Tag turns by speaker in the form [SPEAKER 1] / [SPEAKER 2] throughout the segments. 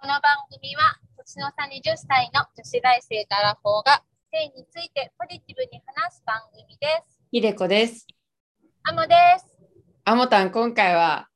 [SPEAKER 1] この番組は年の差20歳の女子大生とアラフォーが性についてポジティブに話す番組です。
[SPEAKER 2] ひでこです。
[SPEAKER 1] アモです。
[SPEAKER 2] あもたん、今回は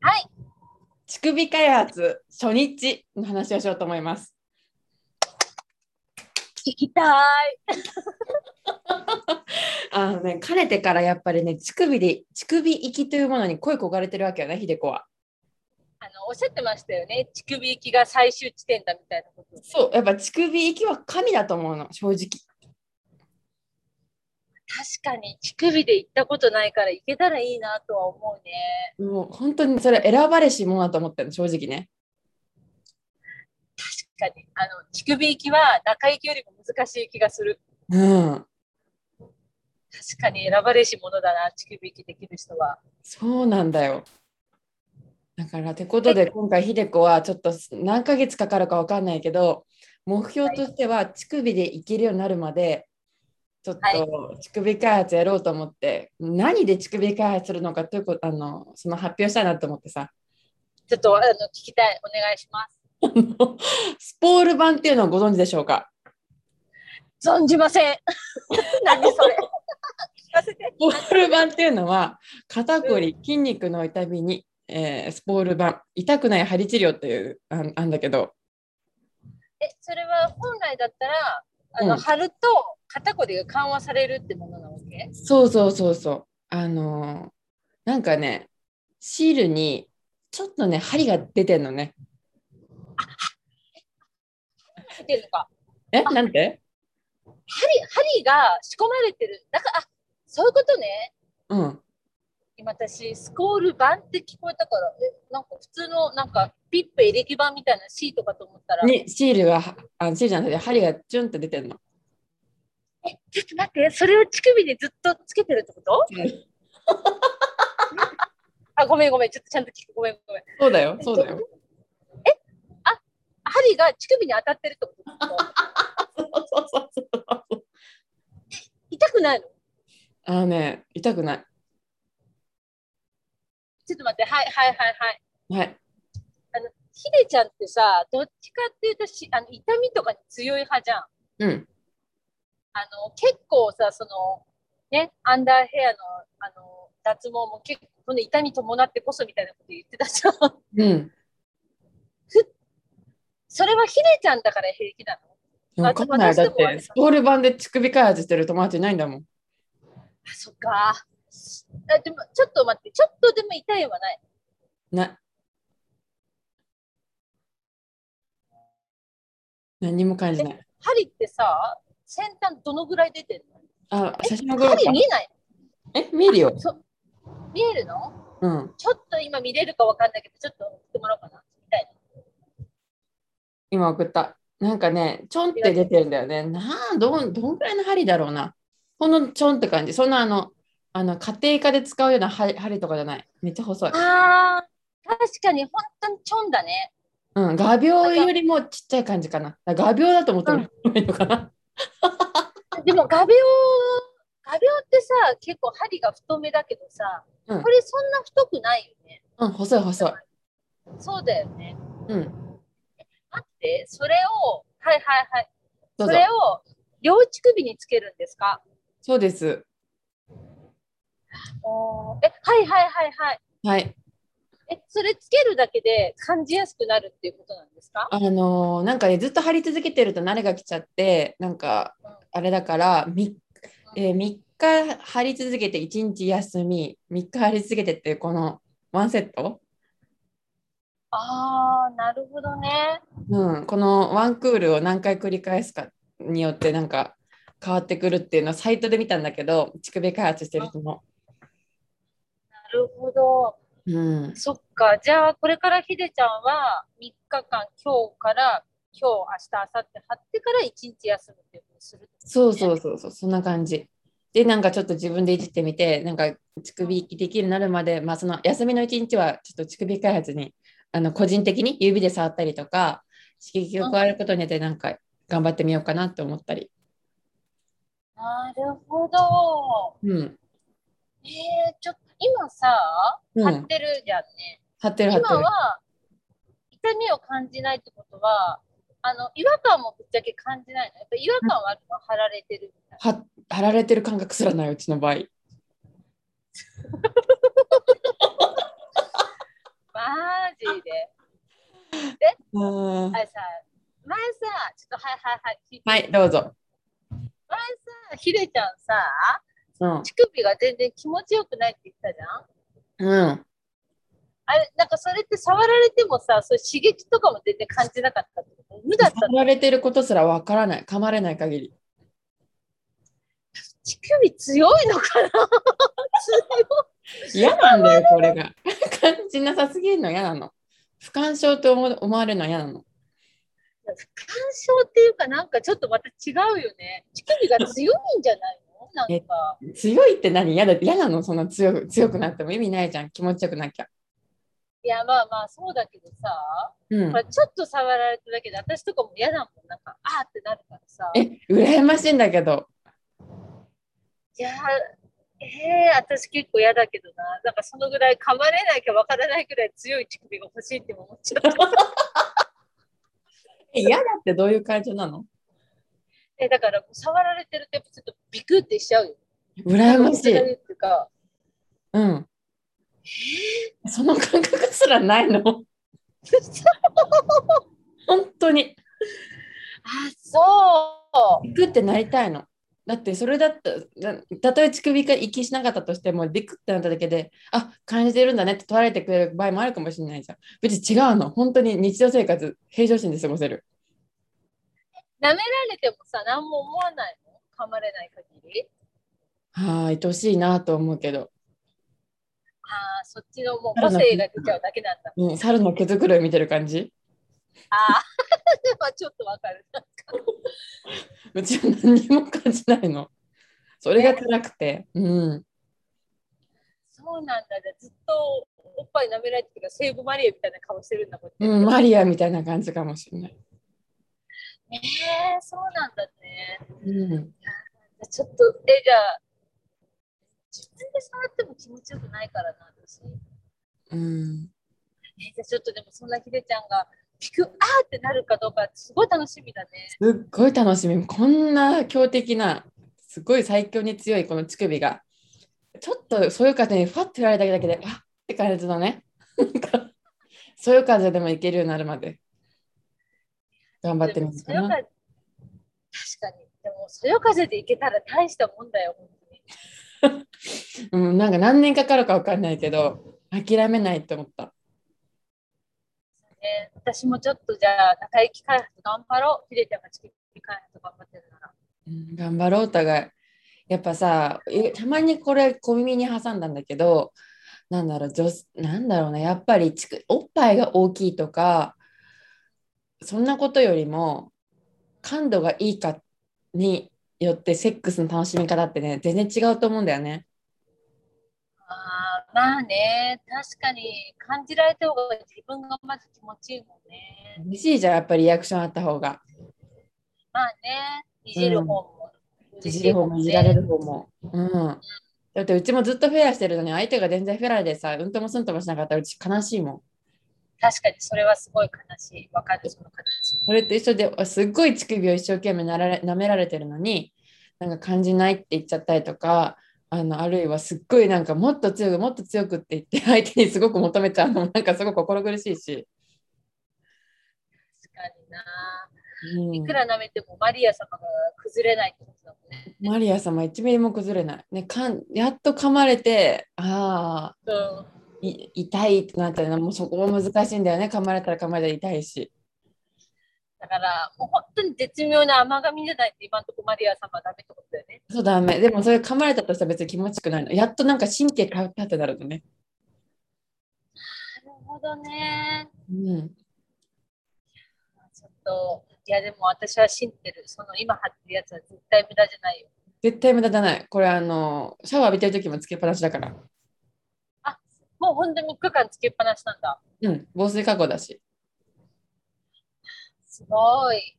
[SPEAKER 1] はい、
[SPEAKER 2] 乳首開発初日の話をしようと思います。
[SPEAKER 1] 聞きたい。
[SPEAKER 2] あのね、かねてからやっぱりね、乳首で、乳首域というものに恋焦がれてるわけよね、ひでこは。
[SPEAKER 1] あのおっしゃってましたよね。乳首行きが最終地点だみたいなこと。
[SPEAKER 2] そう、やっぱ乳首域は神だと思うの、正直。
[SPEAKER 1] 確かに乳首で行ったことないから行けたらいいなとは思うね。
[SPEAKER 2] もう本当にそれ選ばれしものだと思ってるの、正直ね。
[SPEAKER 1] 確かにあの乳首行きは中行きよりも難しい気がする。
[SPEAKER 2] うん。
[SPEAKER 1] 確かに選ばれし者だな、乳首行きできる人は。
[SPEAKER 2] そうなんだよ。だから、てことで、今回、ひでこはちょっと何ヶ月かかるかわかんないけど、目標としては乳首でいけるようになるまで、ちょっ
[SPEAKER 1] はい
[SPEAKER 2] と乳首開発やろうと思って、何で乳首開発するのかということ、あの、その発表したいなと思ってさ、
[SPEAKER 1] ちょっとあの聞きたい、お願いします。
[SPEAKER 2] スポール版っていうのをご存知でしょうか
[SPEAKER 1] 存じませ ん。何それ。聞かせて。
[SPEAKER 2] スポール板っていうのは肩こり筋肉の痛みに、えースポール板痛くない針治療というあんあんだけど
[SPEAKER 1] え、それは本来だったら、あの、
[SPEAKER 2] うん
[SPEAKER 1] 貼ると肩こりが緩和されるってものなわけ。
[SPEAKER 2] そうそうそうそうあのーなんかねシールにちょっとね針が出てんのね
[SPEAKER 1] 見てるのか。
[SPEAKER 2] えなんて
[SPEAKER 1] 針、針が仕込まれてる。だから、あ、そういうことね。
[SPEAKER 2] うん
[SPEAKER 1] 今私、スコール板って聞こえたから、え、なんか普通の、なんか、ピッペエレキ板みたいなシートかと思ったら。
[SPEAKER 2] にシールがあシールじゃなくて針がチュンって出てんの
[SPEAKER 1] え、ちょっと待って、それを乳首にずっとつけてるってこと
[SPEAKER 2] うん
[SPEAKER 1] あ、ごめんごめん、ちょっとちゃんと聞く。ごめんごめん。
[SPEAKER 2] そうだよそうだよ
[SPEAKER 1] 針が乳首に当たってるってこと
[SPEAKER 2] そうそうそうそう
[SPEAKER 1] 痛くないの
[SPEAKER 2] あのね痛くない
[SPEAKER 1] ちょっと待って、はいはいはいはい。
[SPEAKER 2] はい
[SPEAKER 1] あの、ひでちゃんってさ、どっちかっていうとし、あの痛みとかに強い派じゃん。あ
[SPEAKER 2] うん
[SPEAKER 1] の、結構さ、その、ね、アンダーヘアの、あの、脱毛も結構、その痛み伴ってこそみたいなこと言ってたじゃん。
[SPEAKER 2] うん
[SPEAKER 1] それはひでちゃんだから平気なの
[SPEAKER 2] わかんない。
[SPEAKER 1] 私で
[SPEAKER 2] だ
[SPEAKER 1] も
[SPEAKER 2] って、スポール版で乳首開発してる友達いないんだもん。
[SPEAKER 1] あ、そっか。あでも、ちょっと待って、ちょっとでも痛いはない。
[SPEAKER 2] な。何も感じない。
[SPEAKER 1] 針ってさ、先端どのぐらい出てるの
[SPEAKER 2] あ、写真の頃
[SPEAKER 1] 針
[SPEAKER 2] か。
[SPEAKER 1] 見えない
[SPEAKER 2] え、見るよ。
[SPEAKER 1] そ見えるの
[SPEAKER 2] うん。
[SPEAKER 1] ちょっと今見れるかわかんないけど、ちょっと送ってもらおうかな。みたいな。
[SPEAKER 2] 今送った。なんかね、ちょんって出てるんだよね。なあ、どん、どんくらいの針だろうな。ほんのちょんって感じ。そんなあの、あの家庭科で使うような針針とかじゃない。めっちゃ細い。
[SPEAKER 1] あー、確かに本当にちょんだね。
[SPEAKER 2] うん、画鋲よりもちっちゃい感じかな。だから画鋲だと思ってもらえばいいのかな。
[SPEAKER 1] でも画鋲、画鋲ってさ、結構針が太めだけどさ、
[SPEAKER 2] うん
[SPEAKER 1] これそんな太くないよね。
[SPEAKER 2] うん、細い細い。
[SPEAKER 1] そうだよね。
[SPEAKER 2] うん、
[SPEAKER 1] 待って、それを、はいはいはい。
[SPEAKER 2] ど
[SPEAKER 1] そう
[SPEAKER 2] ぞ
[SPEAKER 1] れ。を両乳首につけるんですか
[SPEAKER 2] そうです。
[SPEAKER 1] おーえ、はいはいはいはい。
[SPEAKER 2] はい。
[SPEAKER 1] え、それつけるだけで感じやすくなるっていうことなんですか
[SPEAKER 2] あのーなんかねずっと貼り続けてると慣れが来ちゃってなんかあれだから 3,、えー、3日貼り続けて1日休み3日貼り続けてっていうこのワンセット、
[SPEAKER 1] あー、なるほどね。
[SPEAKER 2] うん、このワンクールを何回繰り返すかによってなんか変わってくるっていうのをサイトで見たんだけど乳首開発してる人も、
[SPEAKER 1] なるほど。
[SPEAKER 2] うん、
[SPEAKER 1] そっか、じゃあこれからひでちゃんは3日間、今日から今日、明日、明後日貼ってから1日休むっていうことにする。
[SPEAKER 2] そうそうそうそうそんな感じでなんかちょっと自分でいじってみてなんか乳首できるようになるまで、まあ、その休みの一日はちょっと乳首開発にあの個人的に指で触ったりとか刺激を加えることによってなんか頑張ってみようかなと思ったり、
[SPEAKER 1] なるほど。
[SPEAKER 2] うん
[SPEAKER 1] えー、ちょっと今さ、
[SPEAKER 2] う
[SPEAKER 1] 貼っ
[SPEAKER 2] ん、
[SPEAKER 1] てるじゃんね。
[SPEAKER 2] 貼ってる貼って
[SPEAKER 1] 今
[SPEAKER 2] る
[SPEAKER 1] は1痛みを感じないってことは、あの違和感もぶっちゃけ感じないの。やっぱ違和感はあるの、貼られてるみたいな。
[SPEAKER 2] は貼られてる感覚すらないうちの場合
[SPEAKER 1] マジで。
[SPEAKER 2] は
[SPEAKER 1] あれさ、前さ、ちょっとはいはいはい聞いて。
[SPEAKER 2] いどうぞ、
[SPEAKER 1] 前さ、ひでちゃんさ、
[SPEAKER 2] うん
[SPEAKER 1] 乳首が全然気持ちよくないって言ったじゃん。
[SPEAKER 2] うん、
[SPEAKER 1] あれ、なんかそれって触られてもさ、そう刺激とかも全然感じなかったってこと無だった
[SPEAKER 2] 貼
[SPEAKER 1] の
[SPEAKER 2] られてることすらわからない噛まれない限り
[SPEAKER 1] 乳首強いのかな強い
[SPEAKER 2] 嫌なんだよこれが感じなさすぎるの嫌なの不感症と思思われるの嫌なの
[SPEAKER 1] 不干渉っていうかなんかちょっとまた違うよね。乳首が強いんじゃないのなんか。
[SPEAKER 2] 強いって何嫌だ嫌なのそんな強く強くなっても意味ないじゃん気持ちよくなきゃ
[SPEAKER 1] いやまあまあそうだけどさ、
[SPEAKER 2] うん
[SPEAKER 1] まあ、ちょっと触られただけで私とかも嫌だもん。なんかあーってなるからさ。い
[SPEAKER 2] え羨ましいんだけど
[SPEAKER 1] やーえー、私結構嫌だけどな。なんかそのぐらい噛まれなきゃわからないぐらい強い乳首が欲しいって思っちゃう。
[SPEAKER 2] え嫌だってどういう感情なの
[SPEAKER 1] えだからもう触られてるとやっぱちょっとビクってしちゃうよ。
[SPEAKER 2] 羨ましい
[SPEAKER 1] なんかっていうか
[SPEAKER 2] うんその感覚すらないの本当に
[SPEAKER 1] あそう。
[SPEAKER 2] ビクってなりたいのだってそれだっただたとえ乳首が息しなかったとしてもビクってなっただけであ感じてるんだねって取られてくれる場合もあるかもしれないじゃん別に違うの本当に日常生活平常心で過ごせる
[SPEAKER 1] 舐められてもさ何も思わないの噛まれない限り
[SPEAKER 2] はあ愛しいなと思うけど、
[SPEAKER 1] ああそっちのもう個性が出ちゃうだけなんだ
[SPEAKER 2] うん、猿の毛づくろい見てる感じ
[SPEAKER 1] ああ まあちょっとわかるなんか
[SPEAKER 2] うちは何にも感じないのそれが辛くてうん
[SPEAKER 1] そうなんだじゃあずっとおっぱい舐められてるからセーブマリアみたいな顔してるんだもん
[SPEAKER 2] うん、マリアみたいな感じかもしれない。
[SPEAKER 1] ええそうなんだね
[SPEAKER 2] うん、
[SPEAKER 1] じゃあちょっとえじゃあ自分で触っても気持ちよくないからな私
[SPEAKER 2] うん、
[SPEAKER 1] えじゃあちょっとでもそんなひでちゃんがピクあーってなるかどうかすごい楽しみだね
[SPEAKER 2] すっごい楽しみ。こんな強敵な、すごい最強に強いこの乳首が、ちょっとそういう風にファッと振られただけで、あっって感じのね。なんかそういう風でもいけるようになるまで。頑張ってみますか
[SPEAKER 1] でもそよ
[SPEAKER 2] な。
[SPEAKER 1] 風確かに。でも、そよ風で行けたら大したもんだよ、本当に。
[SPEAKER 2] うん、なんか何年かかるかわかんないけど、諦めないって思った。
[SPEAKER 1] ね、私もちょっとじゃあ、中行き開発頑張ろう。ひでちゃんがチキン開発頑張ってるなら。
[SPEAKER 2] うん頑張ろうお互い。やっぱさ、えたまにこれ小耳に挟んだんだけど、なんだろう、女子なんだろうね、やっぱりちくおっぱいが大きいとか、そんなことよりも、感度がいいかによってセックスの楽しみ方ってね、全然違うと思うんだよね。
[SPEAKER 1] あーまあね、確かに感じられた方が自分がまず気持ちいいもんね。
[SPEAKER 2] 嬉しいじゃん、やっぱりリアクションあった方が。
[SPEAKER 1] まあね、いじる方も。
[SPEAKER 2] いじる方もいじられる方も。うん。だってうちもずっとフェラしてるのに、相手が全然フェラでさ、うんともすんともしなかったらうち悲しいもん。
[SPEAKER 1] 確かにそれはすごい悲しい。わかる、その悲し
[SPEAKER 2] それと一緒であすっごい乳首を一生懸命なられ舐められてるのになんか感じないって言っちゃったりとかあのあるいはすっごいなんかもっと強くもっと強くって言って相手にすごく求めちゃうのもなんかすごく心苦しいし、
[SPEAKER 1] 確かにな。
[SPEAKER 2] うん
[SPEAKER 1] いくら舐めてもマリア様が崩れないってことだもんね。
[SPEAKER 2] マリア様1ミリも崩れない、ね、かんやっと噛まれてああ
[SPEAKER 1] うん。
[SPEAKER 2] 痛いってなったらもうそこも難しいんだよね噛まれたら噛まれたら痛いし
[SPEAKER 1] だから、もう本当に絶妙な甘がみじゃないと今のところマリア様はダメってことだよね。
[SPEAKER 2] そうダメでもそれ噛まれたとしたら別に気持ちよくないのやっとなんか神経変わったってなるのね、
[SPEAKER 1] なるほどね。
[SPEAKER 2] うん、
[SPEAKER 1] ちょっと、いやでも私は信じてる。その今貼ってるやつは絶対無駄じゃないよ。
[SPEAKER 2] 絶対無駄じゃない。これあのシャワー浴びてる時もつけっぱなしだから。
[SPEAKER 1] あ、もう本当に3日間つけっぱなしなんだ。
[SPEAKER 2] うん、防水加工だし。
[SPEAKER 1] すごい。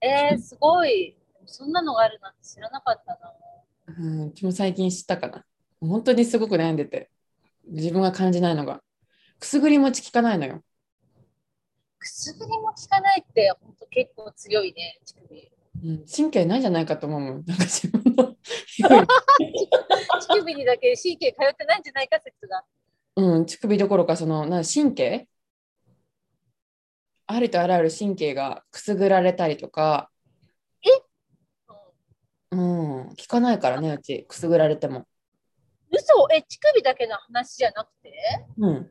[SPEAKER 1] えー、すごい。そんなのがあるなんて知らなかったな。
[SPEAKER 2] うん、うちも最近知ったかな。本当にすごく悩んでて、自分が感じないのが。くすぐりもち効かないのよ。
[SPEAKER 1] くすぐりも効かないって、本当結構強いね、乳首。
[SPEAKER 2] うん、神経ないんじゃないかと思うもん。なんか自分の
[SPEAKER 1] 乳首にだけ神経通ってないんじゃないか説が。
[SPEAKER 2] うん、乳首どころか、その、な神経ありとあらゆる神経がくすぐられたりとか、
[SPEAKER 1] うん、
[SPEAKER 2] うん、効かないからね、うち、くすぐられても。
[SPEAKER 1] 嘘え、乳首だけの話じゃなくて、
[SPEAKER 2] うん。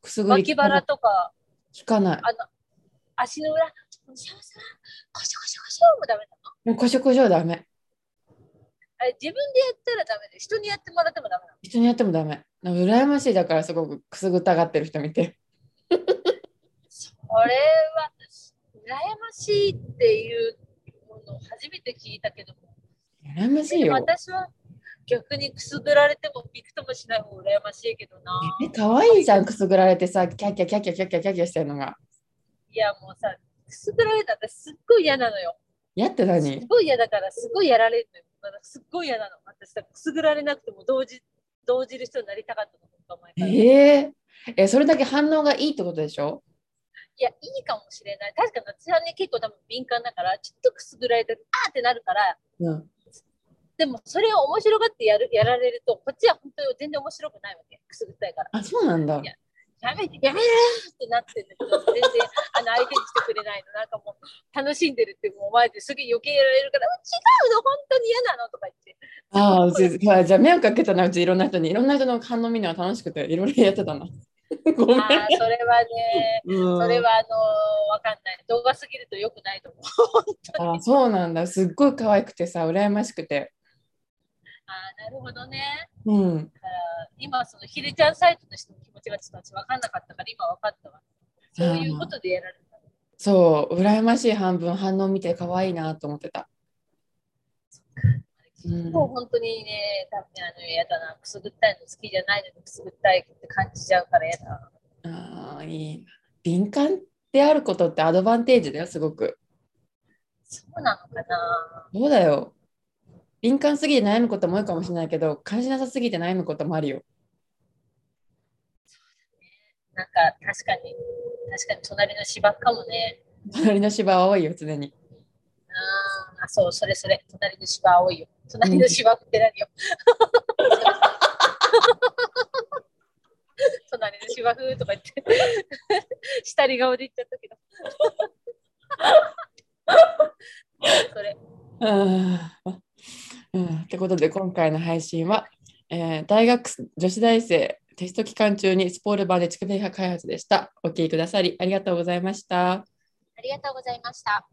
[SPEAKER 2] くすぐり
[SPEAKER 1] 脇
[SPEAKER 2] 効かな
[SPEAKER 1] 腹
[SPEAKER 2] い。
[SPEAKER 1] とか、
[SPEAKER 2] 効かない。
[SPEAKER 1] あの、足の裏、シャワシャワ、コショコショコショもダメだ。
[SPEAKER 2] もう、こしょこしょはダメ。
[SPEAKER 1] あれ自分でやったらダメで、人にやってもらってもダメなの。
[SPEAKER 2] 人にやってもダメ。なんか羨ましいだから、すごくくすぐったがってる人見て。
[SPEAKER 1] これは、羨ましいっていうものを初めて聞いたけども、
[SPEAKER 2] 羨ましい
[SPEAKER 1] でも
[SPEAKER 2] よ。
[SPEAKER 1] 私は逆にくすぐられてもびくともしない方が羨ましいけどな。
[SPEAKER 2] え、可愛いじゃん、くすぐられてさ、キャッキャキャッキャキャッキャキャッキャしてるのが。
[SPEAKER 1] いやもうさ、くすぐられたら私すっごい嫌なのよ。
[SPEAKER 2] やって
[SPEAKER 1] す
[SPEAKER 2] 何
[SPEAKER 1] っごい嫌だから、すっごいやられるのよ。だからすっごい嫌なの。私さ、くすぐられなくても動じ動じる人になりたかったの。本当前からい
[SPEAKER 2] えー、え、それだけ反応がいいってことでしょ
[SPEAKER 1] や、いいかもしれない。確かに私はね、結構多分敏感だから、ちょっとくすぐられて、あーってなるから、
[SPEAKER 2] うん。
[SPEAKER 1] でもそれを面白がってやるやられるとこっちは本当に全然面白くないわけくすぐったいから
[SPEAKER 2] あ、そうなんだ
[SPEAKER 1] い。ややめやめろってなってんだけど全然あの相手にしてくれないのなんかもう楽しんでるってもう前ですげえ余計やられるからうん違うの本当に嫌なのとか言って
[SPEAKER 2] ああ、うち、ほらじゃあ迷惑かけたな、うちいろんな人に、いろんな人の反応見るのが楽しくて、いろいろやってたな。ごめん。
[SPEAKER 1] ああ それはね
[SPEAKER 2] うん、
[SPEAKER 1] それはあのわかんない動画すぎると良くないと思う
[SPEAKER 2] あーそうなんだ。すっごい可愛くてさ、羨ましくて。
[SPEAKER 1] ああなるほどね
[SPEAKER 2] うん。
[SPEAKER 1] だから今そのヒデちゃんサイトの人の気持ちがちょっと私分かんなかったから今分かったわそういうことでやられる
[SPEAKER 2] そう、羨ましい半分、反応見て可愛いなと思ってた。うん
[SPEAKER 1] もう本当にね、多分ねあの嫌だな、くすぐったいの好きじゃないのにくすぐったいって感じちゃうから嫌だな。
[SPEAKER 2] ああ、いいな。敏感であることってアドバンテージだよ、すごく。
[SPEAKER 1] そうなのかな
[SPEAKER 2] そうだよ。敏感すぎて悩むことも多いかもしれないけど、感じなさすぎて悩むこともあるよ。
[SPEAKER 1] なんか確かに、確かに隣の芝かもね。
[SPEAKER 2] 隣の芝は多いよ、常に。
[SPEAKER 1] うん、あ、そう、それそれ、隣の芝多いよ。隣の芝って何よ。隣の芝風とか言って、下り顔で言っちゃったけど。それ。
[SPEAKER 2] うんうん、ってことで今回の配信は、えー大学生女子大生テスト期間中にスポールバーで乳首開発でした。お聞きくださりありがとうございました。
[SPEAKER 1] ありがとうございました。